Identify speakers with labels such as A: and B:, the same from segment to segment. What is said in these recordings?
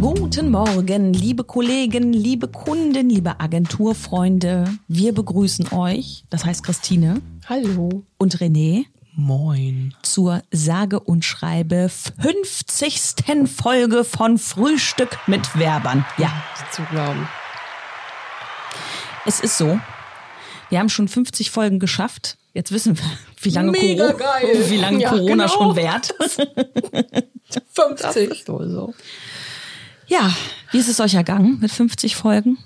A: Guten Morgen, liebe Kollegen, liebe Kunden, liebe Agenturfreunde. Wir begrüßen euch, das heißt Christine
B: Hallo.
A: und René,
B: Moin.
A: zur sage und schreibe 50. Folge von Frühstück mit Werbern. Ja,
B: Nicht zu glauben.
A: es ist so. Wir haben schon 50 Folgen geschafft. Jetzt wissen wir, wie lange,
B: Mega
A: Coro-
B: geil.
A: Wie lange
B: Ja,
A: Corona
B: genau.
A: schon währt.
B: 50. So, so.
A: Ja, wie ist es euch ergangen mit 50 Folgen?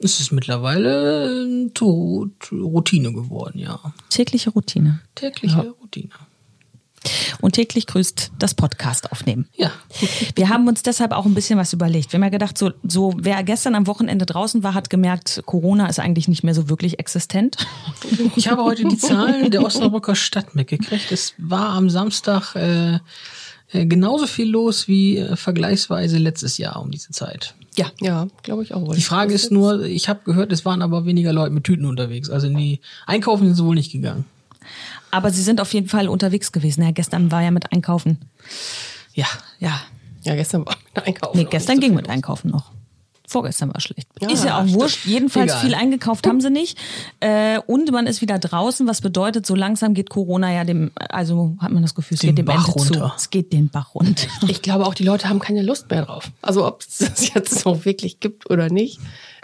C: Es ist mittlerweile äh, to Routine geworden, ja.
A: Tägliche Routine.
C: Tägliche Routine.
A: Und täglich grüßt das Podcast aufnehmen.
C: Ja.
A: Wir haben uns deshalb auch ein bisschen was überlegt. Wir haben ja gedacht, so, so wer gestern am Wochenende draußen war, hat gemerkt, Corona ist eigentlich nicht mehr so wirklich existent.
C: Ich habe heute die Zahlen der Osnabrücker Stadt mitgekriegt. Es war am Samstag äh, äh, genauso viel los wie äh, vergleichsweise letztes Jahr um diese Zeit.
A: Ja.
B: Ja, glaube ich auch.
C: Die Frage ist nur, ich habe gehört, es waren aber weniger Leute mit Tüten unterwegs. Also in die Einkaufen sind sie wohl nicht gegangen.
A: Aber sie sind auf jeden Fall unterwegs gewesen. Ja, gestern war ja mit Einkaufen.
C: Ja.
A: Ja.
B: Ja, gestern war mit Einkaufen.
A: Nee,
B: auch
A: gestern
B: nicht so
A: ging
B: viel
A: mit Einkaufen noch. Vorgestern war schlecht.
B: Ja,
A: ist ja auch
B: stimmt.
A: wurscht. Jedenfalls
C: Egal.
A: viel eingekauft haben sie nicht. Äh, und man ist wieder draußen, was bedeutet, so langsam geht Corona ja dem, also hat man das Gefühl, es
C: Den
A: geht dem
C: Bach
A: Ende
C: runter.
A: zu. Es geht den Bach runter.
B: los. Ich glaube auch, die Leute haben keine Lust mehr drauf. Also ob es das jetzt noch wirklich gibt oder nicht,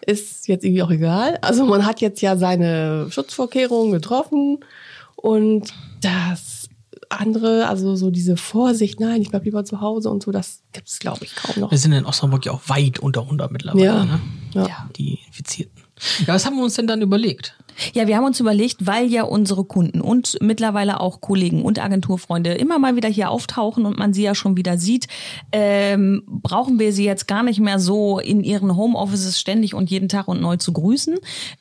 B: ist jetzt irgendwie auch egal. Also man hat jetzt ja seine Schutzvorkehrungen getroffen und das andere, also so diese Vorsicht, nein, ich bleib lieber zu Hause und so, das gibt es glaube ich kaum noch.
C: Wir sind in Osnabrück ja auch weit unter 100 mittlerweile.
B: Ja.
C: Ne?
B: Ja.
C: Die Infizierten. Ja, was haben wir uns denn dann überlegt?
A: Ja, wir haben uns überlegt, weil ja unsere Kunden und mittlerweile auch Kollegen und Agenturfreunde immer mal wieder hier auftauchen und man sie ja schon wieder sieht, ähm, brauchen wir sie jetzt gar nicht mehr so in ihren Homeoffices ständig und jeden Tag und neu zu grüßen.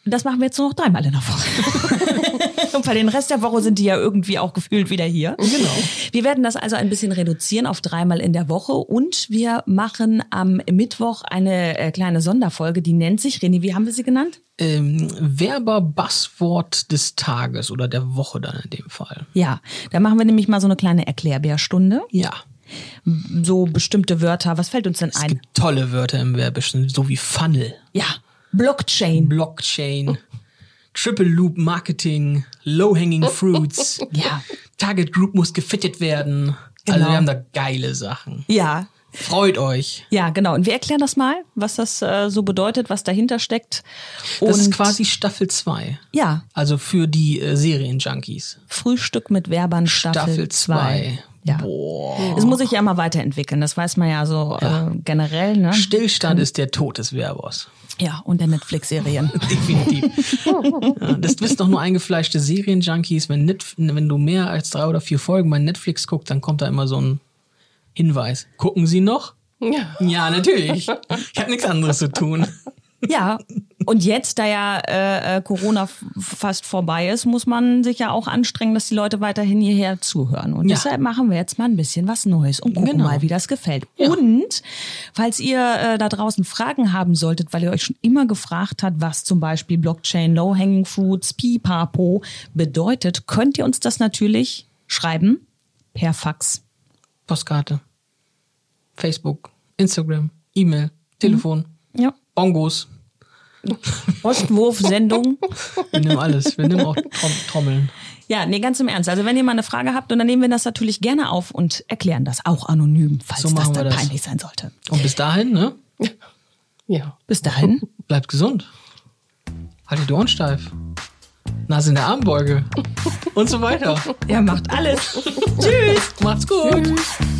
A: Das machen wir jetzt nur noch dreimal in der Woche. und bei den Rest der Woche sind die ja irgendwie auch gefühlt wieder hier. Genau. Wir werden das also ein bisschen reduzieren auf dreimal in der Woche und wir machen am Mittwoch eine äh, kleine Sonderfolge, die nennt sich, René, wie haben wir sie genannt?
C: ähm, Werber-Buzzword des Tages oder der Woche dann in dem Fall.
A: Ja, da machen wir nämlich mal so eine kleine Erklärbärstunde.
C: Ja.
A: So bestimmte Wörter. Was fällt uns denn
C: Es
A: ein?
C: gibt tolle Wörter im Werbischen, so wie Funnel,
A: Ja, Blockchain. Oh.
C: Blockchain, Triple Loop Marketing, Low-Hanging Fruits,
A: Ja.
C: Target Group muss gefittet werden. Also
A: Genau.
C: wir haben da geile Sachen.
A: Ja.
C: Freut euch.
A: Ja, genau. Und wir erklären das mal, was das äh, so bedeutet, was dahinter steckt. Und
C: Das ist quasi Staffel 2.
A: ja,
C: Also für die äh, Serienjunkies.
A: Frühstück mit Werbern Staffel
C: Staffel 2.
A: zwei. Ja.
C: Boah.
A: Das muss sich ja immer weiterentwickeln. Das weiß man ja so Äh, generell, ne?
C: Stillstand ist der Tod des Werbers.
A: Ja, und der Netflix-Serien.
C: Definitiv. ja, das wissen doch nur eingefleischte Serienjunkies. Wenn, Netf- wenn du mehr als drei oder vier Folgen bei Netflix guckst, dann kommt da immer so ein Hinweis. Gucken Sie noch?
B: Ja.
C: Ja, natürlich. Ich habe nichts anderes zu tun.
A: Ja, und jetzt, da ja äh, äh, Corona f- fast vorbei ist, muss man sich ja auch anstrengen, dass die Leute weiterhin hierher zuhören. Und
C: Ja.
A: deshalb machen wir jetzt mal ein bisschen was Neues und gucken
C: Genau.
A: mal, wie das gefällt. Und falls ihr äh, da draußen Fragen haben solltet, weil ihr euch schon immer gefragt habt, was zum Beispiel Blockchain, Low-Hanging Fruits, Pipapo bedeutet, könnt ihr uns das natürlich schreiben per Fax.
C: Postkarte, Facebook, Instagram, E-Mail, Telefon,
A: Ja.
C: Bongos.
A: Postwurfsendung.
C: Wir nehmen alles. Wir nehmen auch Trom Trommeln.
A: Ja, nee, ganz im Ernst. Also wenn ihr mal eine Frage habt, und dann nehmen wir das natürlich gerne auf und erklären das auch anonym, falls
C: So
A: das
C: machen wir
A: dann
C: das.
A: peinlich sein sollte.
C: Und bis dahin, ne?
B: Ja.
A: Bis dahin.
C: Bleibt gesund. Haltet die Ohren steif. Nase in der Armbeuge. Und so weiter.
A: Ihr macht alles. Tschüss.
C: Macht's gut.
B: Tschüss.